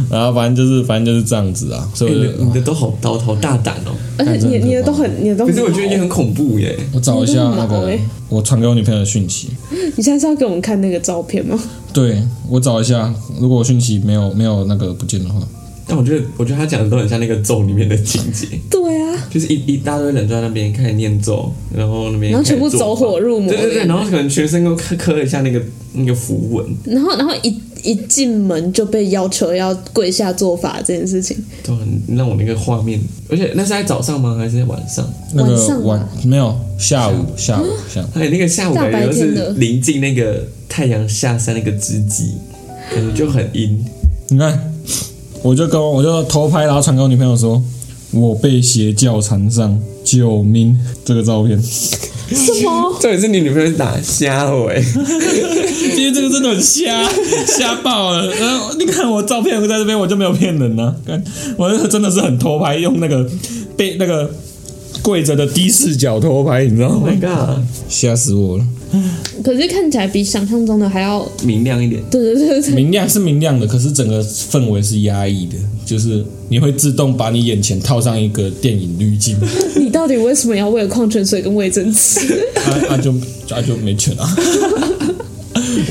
然后反正就是反正就是这样子啊，所以
哎
我
你
就
的你的都好刀，好大胆哦！
而且你
看真的
你的都
很
很，你的都
可
很
是我觉得也
好
很恐怖耶。
我找一下那
你的很毛
个
欸
我传给我女朋友的讯息。
你现在是要给我们看那个照片吗？
对我找一下，如果我讯息没有没有那个不见的话，
但我觉得，我觉得他讲的都很像那个咒里面的情节，
对啊，
就是一一大堆人坐在那边开始念咒，然后那边
然后
开始
全部
做
走
法
火入魔欸
对对对，然后可能全身都磕磕一下那个那个符文，
然后然后一一进门就被要求要跪下做法这件 事情，
都很让我那个画面，而且那是在早上吗？还是在晚上？
那
晚上
个
啊
晚没有下午下午下午，
还哎有那个下午感
大
觉
白
就
天的
是临近那个太阳下山那个之际，感觉就很阴。
你看，我就跟我我就偷拍，然后传给我女朋友说，我被邪教缠上，救命！这个照片，
什么？
重点是你女朋友打瞎了哎、
因为这个真的很瞎，瞎爆了。然后你看我照片在这边，我就没有骗人呐、啊。看，我这真的是很偷拍，用那个被那个跪着的低视角偷拍，你知道
o
吗
h？my Oh god，
吓死我了！
可是看起来比想象中的还要……
明亮一点。
对对对对，
明亮是明亮的，可是整个氛围是压抑的，就是你会自动把你眼前套上一个电影滤镜，
你到底为什么要为了矿泉水跟卫生纸？
啊啊就啊就没钱啊。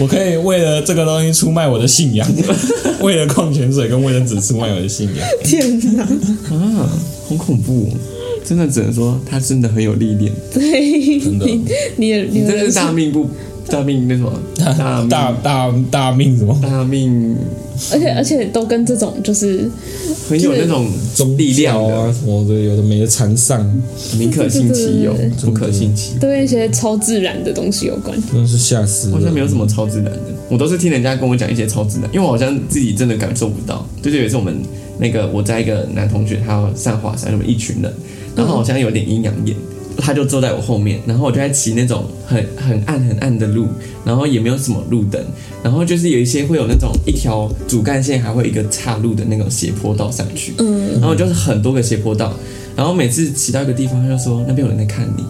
我可以为了这个东西出卖我的信仰， 为了矿泉水跟卫生纸出卖我的信仰。
天哪！
啊，好恐怖、哦！真的只能说他真的很有历练，
对，
真的
你你的你
你
的
真
人
是大
生
命不大命那什 么，大命
大大大命什 么？
大命
而且而且都跟这种就是
很有那种力量
宗教啊
的，
什么的，有的没的缠上，
你可信其有，不可信其无。
都跟一些超自然的东西有关。
真的是吓死
我好像没
人。
有什么超自然的，我都是听人家跟我讲一些超自然，因为我好像自己真的感受不到。就是有一次我们那个我在一个男同学，他要上华山，我们一群人，然后好像有点阴阳眼，他就坐在我后面，然后我就在骑那种很很暗很暗的路，然后也没有什么路灯，然后就是有一些会有那种一条主干线还会有一个岔路的那种斜坡道上去，嗯，然后就是很多个斜坡道，然后每次骑到一个地方，他就说那边有人在看你。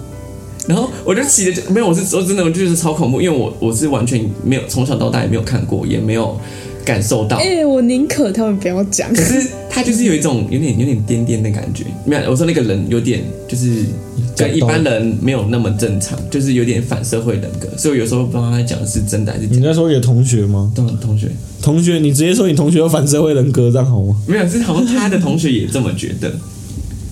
然后我就骑着，没有，我是说真的，我就是超恐怖，因为我我是完全没有从小到大也没有看过，也没有感受到。
哎、我宁可他们不要讲。
可是他就是有一种有点有点癫癫的感觉，没有，我说那个人有点就是跟一般人没有那么正常，就是有点反社会人格，所以我有时候不知道他讲的是真的还是假
你
的。
在说你的同学吗？
同同学
同学，你直接说你同学有反社会人格，这样好吗？
没有，是好像他的同学也这么觉得，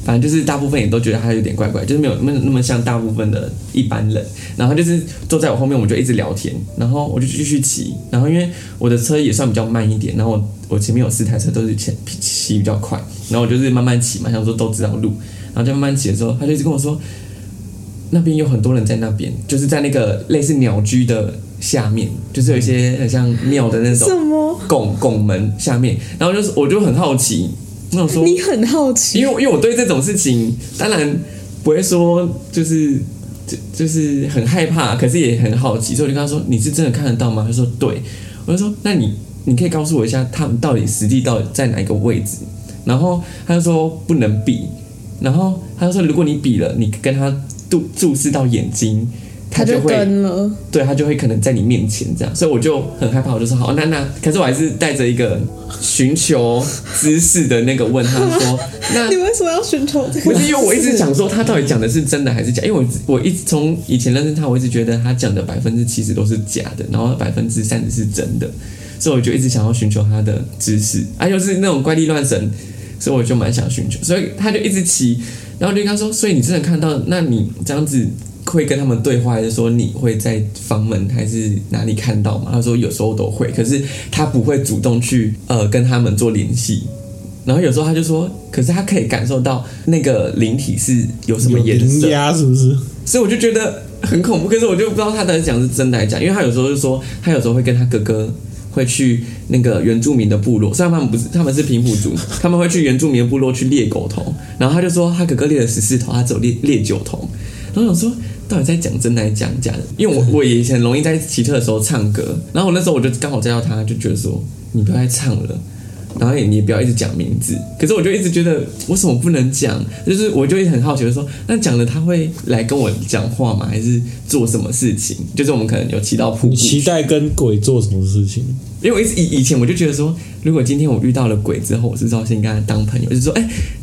反正就是大部分也都觉得他有点怪怪，就是没有没有那么像大部分的一般人。然后他就是坐在我后面，我们就一直聊天，然后我就继续骑，然后因为我的车也算比较慢一点，然后我我前面有四台车都是前骑比较快，然后我就是慢慢骑嘛，想说都知道路，然后就慢慢骑的时候，他就一直跟我说，那边有很多人在那边，就是在那个类似鸟居的下面，就是有一些很像庙的那种
什么？
拱拱门下面，然后就是我就很好奇，我想说，
你很好奇？
因为因为我对这种事情当然不会说就是就就是很害怕，可是也很好奇，所以我就跟他说：“你是真的看得到吗？”他说：“对。”我就说：“那你你可以告诉我一下，他们到底实际到底在哪一个位置？”然后他就说：“不能比。”然后他就说：“如果你比了，你跟他注注视到眼睛，
他
就
就
会
跟了，
对他就会可能在你面前这样，所以我就很害怕，我就说好，那那，可是我还是带着一个寻求知识的那个问他说，那
你为什么要寻求这
不
个？
是因为我一直想说他到底讲的是真的还是假，因为我我一直从以前认识他，我一直觉得他讲的百分之七十都是假的，然后百分之三十是真的，所以我就一直想要寻求他的知识，啊，又是那种怪力乱神，所以我就蛮想寻求，所以他就一直骑，然后我就跟他说，所以你真的看到，那你这样子会跟他们对话，还是说你会在房门还是哪里看到吗？他说有时候都
嗯
会，可是他不会主动去呃跟他们做联系。然后有时候他就说，可是他可以感受到那个灵体是有什么
有
颜色
灵，压是不是？
所以我就觉得很恐怖。可是我就不知道他到底讲是真的还是假，因为他有时候就说，他有时候会跟他哥哥会去那个原住民的部落，虽然他们不是他们是平埔族，他们会去原住民的部落去猎狗头，然后他就说他哥哥猎了十四头，他只有猎猎九头，然后我想说。到底在讲真的还是讲假的？因为我我以前容易在骑车的时候唱歌，然后我那时候我就刚好载到他，就觉得说你不要再唱了，然后也你也不要一直讲名字。可是我就一直觉得为什么不能讲？就是我就一直很好奇，就说那讲了他会来跟我讲话吗？还是做什么事情？就是我们可能有骑到瀑布
你，期待跟鬼做什么事情？
因为我一直以以前我就觉得说，如果今天我遇到了鬼之后，我是不是要先跟他当朋友，就是说哎、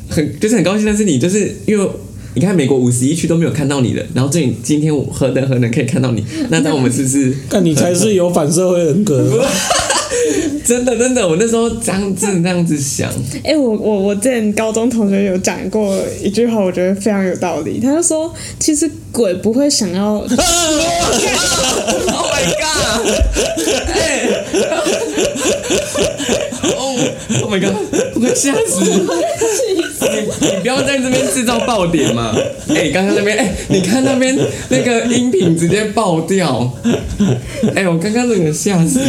很就是很高兴认识你，就是因为。你看，美国五十一区都没有看到你了，然后最近今天我何德何能可以看到你？那当我们是不是
但你才是有反社会人格的吧。
真的真的？我那时候这样真的这样子想，
哎、我我我之前高中同学有讲过一句话，我觉得非常有道理。他就说，其实鬼不会想 要
Oh my god！哎、o h Oh, my god！我吓死你！你不要在这边制造爆点嘛！ 哎、刚刚那边，哎、你看那边那个音频直接爆掉！哎、我刚刚整个吓死！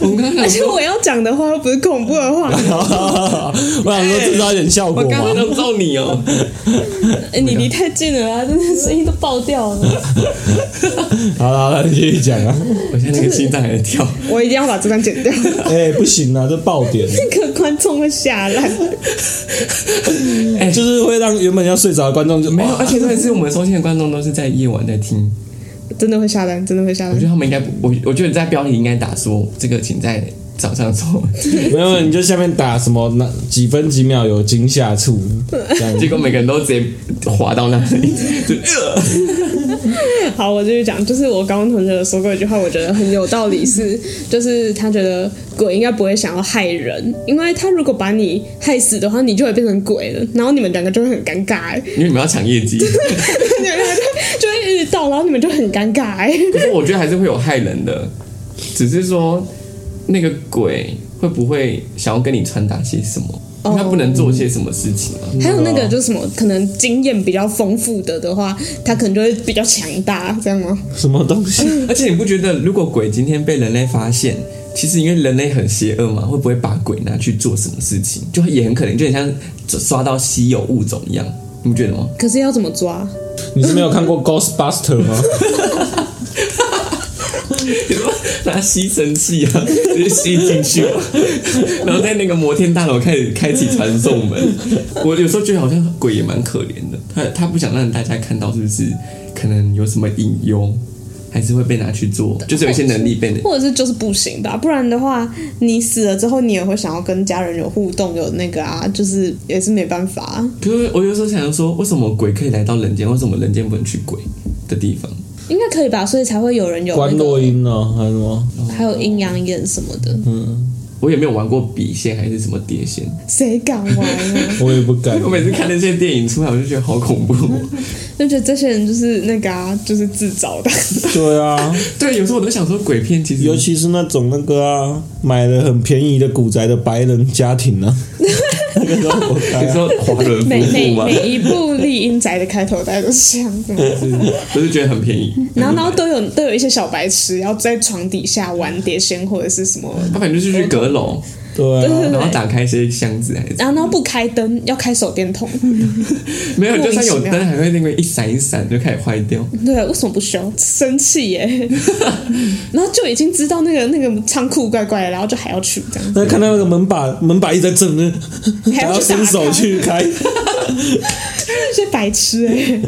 我刚刚
而
想
且
说，
我要讲的话又不是恐怖的 话，
我想说制造一点效
哎我
果
刚刚
嘛。
想揍你哦、
哎、你离太近了 啊，真的声音都爆掉啊了。
好了好了，你继续讲啊。
我现在那个心脏还在跳。
我一定要把这段剪掉，
哎，不行啊，这爆点
那个观众会吓烂。
就是会让原本要睡着的观众就
没有，而且特别是我们收听的观众都是在夜晚在听，
真的会吓烂，真的会吓
我觉
烂。
得他们应该不，我我觉得在标题应该打说这个，请在早上做。
没有，你就下面打什么那几分几秒有惊吓处，这 样
结果每个人都直接滑到那里， 就呃
好，我继续讲，就是我高中同学有说过一句话，我觉得很有道理是， 就是他觉得鬼应该不会想要害人，因为他如果把你害死的话，你就会变成鬼了，然后你们两个就会很尴尬、欸，
因为你们要抢业绩，
就会一直到，然后你们就很尴尬、欸。
可是我觉得还是会有害人的，只是说那个鬼会不会想要跟你传达些什么？因为他不能做些什么事情啊。
还有那个就是什么，可能经验比较丰富的的话，他可能就会比较强大，这样吗？
什么东西？
而且你不觉得，如果鬼今天被人类发现，其实因为人类很邪恶嘛，会不会把鬼拿去做什么事情？就也很可能，就很像抓到稀有物种一样，你不觉得吗？
可是要怎么抓？
你是没有看过 Ghostbuster 吗？
比如说 拿吸尘器啊，直接吸进去 嘛，然后在那个摩天大楼开始开启传送门。我有时候觉得好像鬼也蛮可怜的，他他不想让大家看到，是不是？可能有什么隐忧，还是会被拿去做，就是有一些能力被
或者是就是不行吧，不然的话，你死了之后，你也会想要跟家人有互动，有那个啊，就是也是没办法啊、
可是我有时候想说，为什么鬼可以来到人间，为什么人间不能去鬼的地方？
应该可以吧，所以才会有人有、那
关
个
洛音呢？还有什么？
还有阴阳眼什么的，
我也没有玩过笔仙还是什么碟 仙，
谁敢玩 啊？
我也不敢
我。每次看那些电影出来，我就觉得好 恐怖。
就觉得这些人就是那个啊，就是自找的。
对啊，
对，有时候我都想说，鬼片其实
尤其是那种那个啊，买了很便宜的古宅的白人家庭啊，那个都活该
你
啊、
说华伦夫
每
妇
每
吗？
每一部丽英宅的开头大家都是这样子，
我是觉得很 便宜，
然后然后都有都有一些小白痴，然后在床底下玩碟仙或者是什么，
他反正就是去阁 楼，
对啊，
然后打开一些箱子还是
然后然后不开灯，要开手电筒。
没有，就算有
莫名其
灯
妙
还会那个一闪一闪就开始坏掉。
对，为什么不修？生气耶！然后就已经知道那个那个仓库怪怪的，然后就还要去这样，
那看到那个门把门把一直在震，那
还
还要
要去打
伸手
开
去开，
那些白痴哎。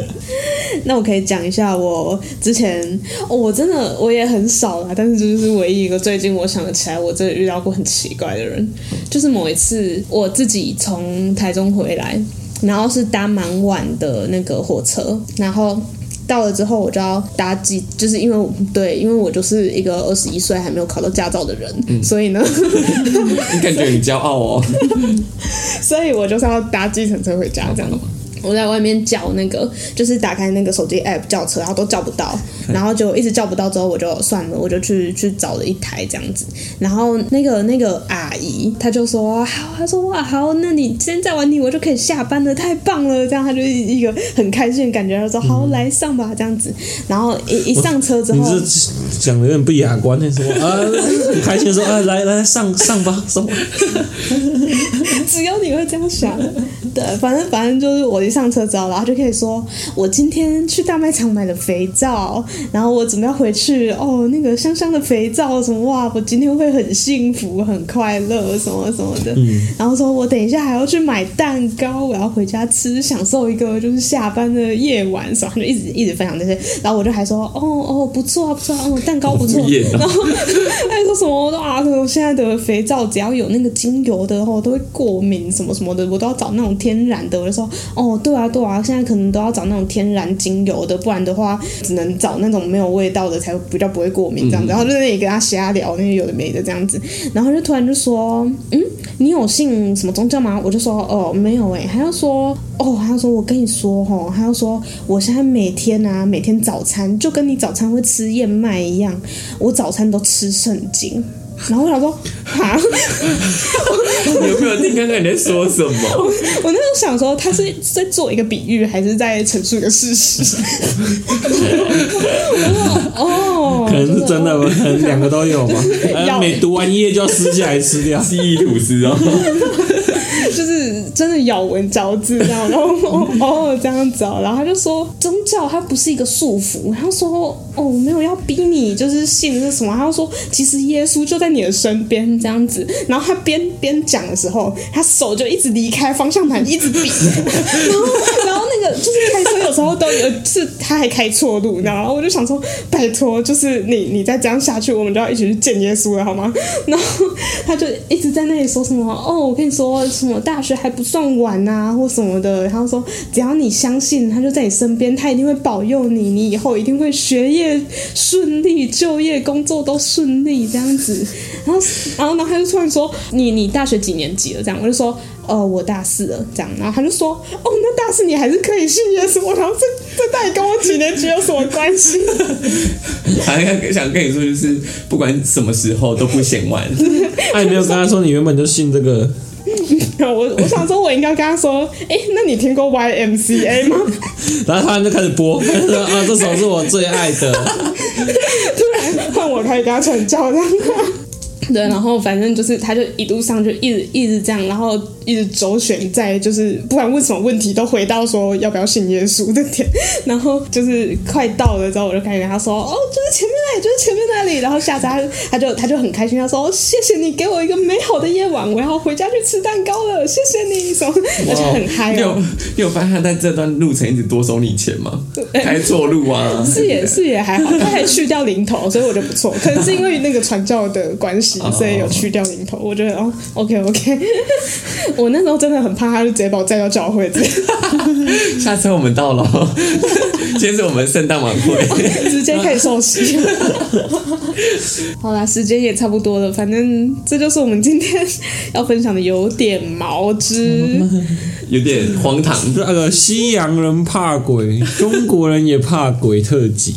那我可以讲一下我之前、哦我真的我也很少啦，但是这就是唯一一个最近我想得起来，我真的遇到过很奇怪的人，就是某一次我自己从台中回来，然后是搭蛮晚的那个火车，然后到了之后我就要搭机，就是因为我对，因为我就是一个二十一岁还没有考到驾照的人，所以呢，
你感觉很骄傲 哦，
所以我就是要搭计程车回家这样。我在外面叫那个，就是打开那个手机 app 叫车，然后都叫不到，然后就一直叫不到，之后我就算了，我就去去找了一台这样子。然后那个那个阿姨，她就说好，她说哇好，那你先载完你，我就可以下班了，太棒了，这样她就一一个很开心的感觉，她说好来上吧这样子。然后一一上车之
你
后，
这讲的有点不雅观那什么啊，很开心的说啊，来来上上吧，上吧，
哦只有你会这样想。对，反正反正就是我一上车之后，然后就可以说，我今天去大卖场买了肥皂，然后我准备要回去哦，那个香香的肥皂什么哇，我今天会很幸福、很快乐什么什么的。然后说我等一下还要去买蛋糕，我要回家吃，享受一个就是下班的夜晚什么，就一直一直分享这些。然后我就还说哦哦不错啊不错啊，嗯蛋糕不错
好敷衍哦。
然后还说什么我都啊，我现在的肥皂只要有那个精油的话，我都会过敏什么什么的，我都要找那种天然的。我就说哦对啊对啊，现在可能都要找那种天然精油的，不然的话只能找那种没有味道的才比较不会过敏这样子。然后就在那里跟他瞎聊那些有的没的这样子，然后就突然就说嗯。你有信什么宗教吗？我就说哦没有哎、欸，还要说哦还要说我跟你说哦，还要说我现在每天啊每天早餐就跟你早餐会吃燕麦一样，我早餐都吃圣经。 然后我想说，哈，
你有没有听刚刚你在说什么？
我那时候想说他是在做一个比喻，还是在陈述一个事实？ 我说哦，
可能是真的吧，可能两个都有 吧，
要
啊每读完一页就要撕下来吃 掉。
记忆吐司 哦，
就是真的咬文嚼字这样，然后 哦哦这样子哦，然后他就说宗教它不是一个束缚，他说哦没有要逼你就是信是什么，他就说其实耶稣就在你的身边这样子，然后他边边讲的时候，他手就一直离开方向盘，一直比，然后然后那个就是开车有时候都有是他还开错路，你知道吗？我就想说拜托，就是你你再这样下去，我们就要一起去见耶稣了好吗？ 然后他就一直在那里说什么哦，我跟你说什么大学还不算晚啊，或什么的。然后说只要你相信，他就在你身边，他一定会保佑你，你以后一定会学业顺利，就业工作都顺利这样子。然后然后然后他就突然说你你大学几年级了？这样我就说哦，我大四了，这样，然后他就说，哦，那大四你还是可以去耶稣。我想说这这到底跟我几年级有什么关系？
反正想跟你说，就是不管什么时候都不嫌晚。
哎，没有跟他说你原本就信这个，
然后 我我想说，我应该跟他说，哎，那你听过 YMCA 吗？
然后他们就开始播， 开始说啊，这首是我最爱的。
突然换我开始跟他传教这样。 对，然后反正就是，他就一路上就一直一直这样，然后一直周旋在就是不管问什么问题都回到说要不要信耶稣这点。 然后就是快到了之后，我就开始跟他说，哦，就是前面那里，就是前面那里。然后下次他他就他就很开心，他说哦谢谢你给我一个美好的夜晚，我要回家去吃蛋糕了，谢谢你什么，而且很嗨、
你有
哦。
你有发现他在这段路程一直多收你 钱吗？开错路啊！
是也是也还好，他还去掉零头，所以我觉得不错。可能是因为那个传教的关系，所以有去掉零头。我觉得哦，OK OK，我那时候真的很怕，他就直接把我载到教会，直接
下车我们到了 哦，今天是我们圣诞晚会。
直接开始受洗。好啦，时间也差不多了，反正这就是我们今天要分享的有点毛之
有点荒唐。
那个西洋人怕鬼，中国人也怕鬼特辑。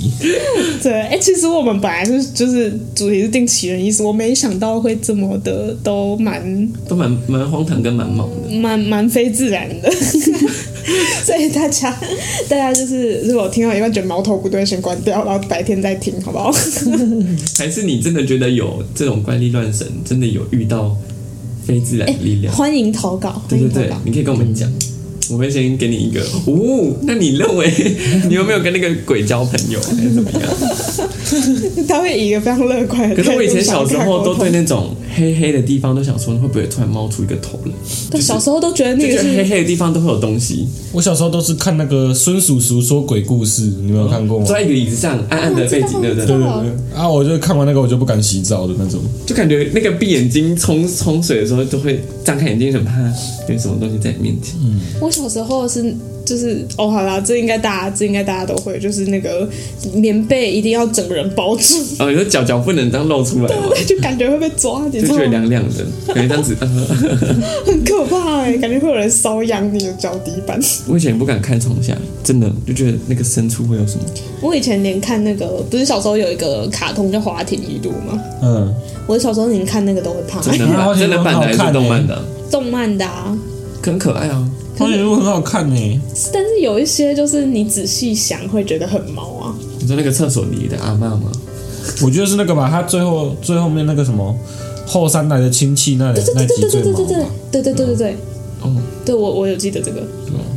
对，哎、其实我们本来是就是主题是定奇人异事，我没想到会这么的都蛮
都蛮蛮荒唐跟蛮猛的。
蛮蛮非自然的， 所以大家大家就是如果听到一半觉得矛头不对，先关掉，然后白天再听，好不好？
还是你真的觉得有这种怪力乱神，真的有遇到非自
哎
然的力 量？
欢迎投稿，
对
欢迎
对
投
对
稿，。
你可以跟我们讲。我会先给你一个，哦，那你认为 你有没有跟那个鬼交朋 友，还是怎么样？
他会以一个非常乐观的
可
态度
是
想
我
跟
以
他沟通。
前小时候都对那种黑黑的地方都想说，会不会突然冒出一个头来？
对小时候都觉得
就
那个
觉得黑
是
黑的地方都会有东西，
我小时候都是看那个孙叔叔说鬼故事，你们有看过吗？
坐在一个椅子上，暗
哦
暗的背景，对不
对
对？
对对，啊，我就看完那个我就不敢洗澡的那种。
就感觉那个闭眼睛冲冲水的时候，都会张开眼睛，很怕有什么东西在你面前。
我小时候是就是哦，好啦，这应该大家这应该大家都会，就是那个棉被一定要整个人包住，
哦，你说脚脚不能这样露出来吗？
就感觉会被抓，你
就
知道
觉得
吗？
凉凉的，感觉这样子。呃
很可怕哎、感觉会有人搔痒你的脚底板。
我以前也不敢看虫下，真的就觉得那个深处会有什么。
我以前连看那个，不是小时候有一个卡通叫《华亭一路》吗？
嗯，
我小时候连看那个都会怕，
真的
哎
版，真的版的还
好看
是
欸
动漫的啊，
动漫的啊。
很可爱啊。
哦
荒野路很好看呢、
欸
但是有一些就是你仔细想会觉得很毛啊，
你说那个厕所里的阿嬷吗？
我觉得是那个吧，他最后最后面那个什么后山来的亲戚那里
对
那
对
集
对对
最
对对
毛
对
吧。
对对对对对对，
哦，
对我我有记得这个，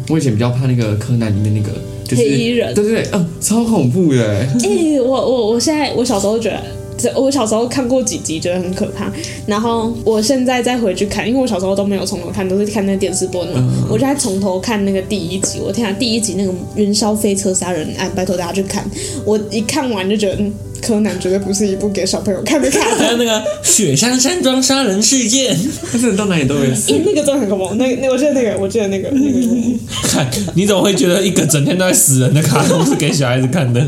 我以前比较怕那个柯南里面那个就是
黑衣人
对对对，嗯，超恐怖的欸。
哎、我我我现在我小时候觉得。这我小时候看过几集，觉得很可怕。然后我现在再回去看，因为我小时候都没有从头看，都是看那个电视播的嘛。我就在从头看那个第一集。我天啊，第一集那个云霄飞车杀人案，拜托大家去看。我一看完就觉得，嗯，柯南绝对不是一部给小朋友看的卡
还
通。
有那个雪山山庄杀人事件，
但是到哪里都会死
咦，那个真的很恐怖。那那我记得那个，我记得那个那个。
看你怎么会觉得一个整天都在死人的卡通是给小孩子 看的？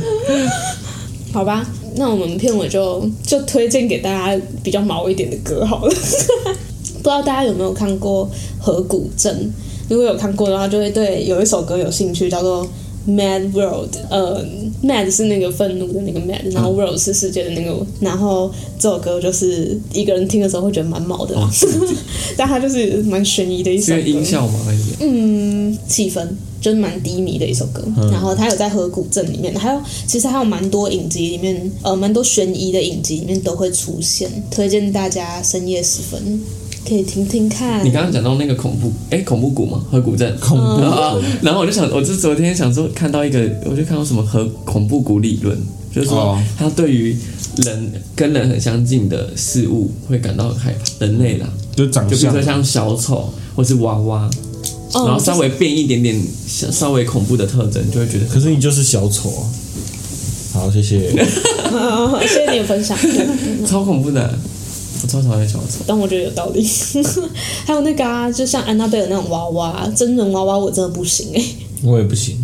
好吧，那我们片尾就就推荐给大家比较毛一点的歌好了。 不知道大家有没有看过《河谷镇》？如果有看过的话，就会对有一首歌有兴趣，叫做《Mad World》。呃，Mad 是那个愤怒的那个 Mad，然后
嗯
World 是世界的那个。然后这首歌就是一个人听的时候会觉得蛮毛的，
哦，是
但它就是蛮悬疑的一首
因
歌。
为音效吗？还是
嗯，气氛就是蛮低迷的一首歌。
嗯
然后它有在河谷镇里面，还有其实还有蛮多影集里面，呃，蛮多悬疑的影集里面都会出现。推荐大家深夜时分可以听听看
你。刚刚讲到那个恐怖，哎，恐怖谷吗？河谷镇，恐怖啊！然后我就想，我就昨天想说看到一个，我就看到什么和恐怖谷理论，就是说
哦
他对于人跟人很相近的事物会感到害怕，人类啦，
就长
就比如
相
说，像小丑或是娃娃，然后
哦，
稍微变一点点，稍稍微恐怖的特征，就会觉得
可是你就是小丑啊。好，谢 谢。
就是谢谢你的分享，对
超恐怖的。啊我超讨厌小丑，
但我觉得有道理。 还有那个啊，就像安娜贝尔那种娃娃，真人娃娃我真的不行哎、
我也不行。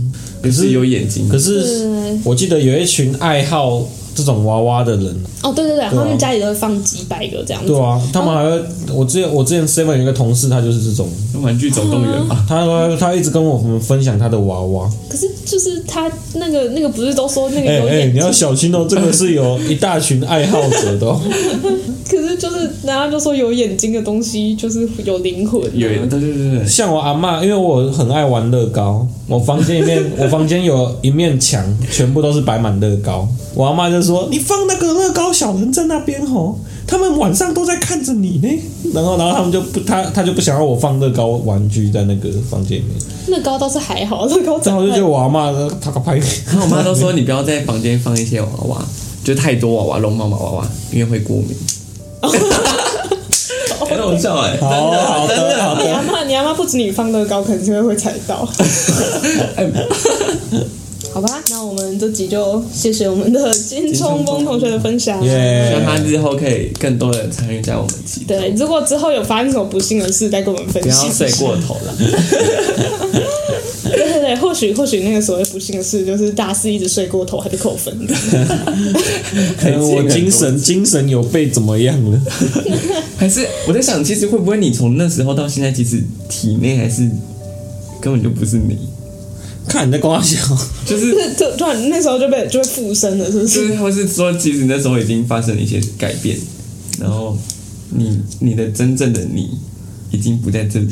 可是有眼睛，
可是我记得有一群爱好这种娃娃的人，
哦，对对对，
对啊
他们家里都会放几百个这样子。
对啊，他们还会，我之前我之前 seven 有一个同事，他就是这种，
玩具总动员吧。
他说他一直跟我们分享他的娃娃，
可是就是他那个那个不是都说那个
哎
有
哎、
眼
你
睛，
要小心哦，这个是有一大群爱好者的、哦，
可是就是然后就说有眼睛的东西就是有灵魂、
有，对对对对，
像我阿嬷，因为我很爱玩乐高，我房间里面，我房间有一面墙，全部都是摆满乐高。我阿嬷就说：“你放那个乐高小人在那边吼，他们晚上都在看着你呢。”然后，然后他们就不，他他就不想让我放乐高玩具在那个房间里面。
乐高倒是还好，乐高
然
长
后我就觉
得
得我阿嬷她个拍，
然后我妈都说你不要在房间放一些娃娃，就太多娃娃，龙妈妈娃娃，因为会过敏。很好笑哎、
好好
真
的
的
好
你
的，
阿妈，你阿妈不止你放乐高，可能是会踩到。好吧，那我们这集就谢谢我们的金冲锋同学的分享。
希望
耶！
她日后可以更多人参与在我们其中，
对，如果之后有发生什么不幸的事，再跟我们分
不要
享。
睡过头了。
对对对，或许或许那个所谓不幸的事，就是大四一直睡过头，还被扣分。
可能我精神精神有被怎么样了？
还是我在想，其实会不会你从那时候到现在，其实体内还是根本就不是你，
看你在跟我笑，
就是
是突突然那时候就被就被附身了，是不？
就是 是或是说，其实那时候已经发生了一些改变，然后你你的真正的你已经不在 这里，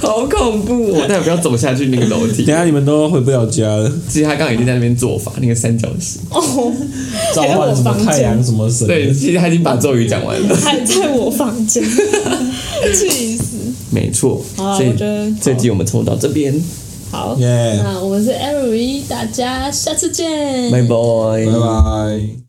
好恐怖、哦！我待会不要走下去那个楼梯
等一。下你们都回不了家了，
其实他刚刚已经在那边做法，那个三角形。
哦，
召唤什么太阳什么神？
对，其实他已经把咒语讲完了。
还在我房间， 气死！
没错，
好啊
所以
我觉得好
这集我们抽到这边，
好
耶嗯
那我们是 Every，大家下次见，
拜拜。
拜拜。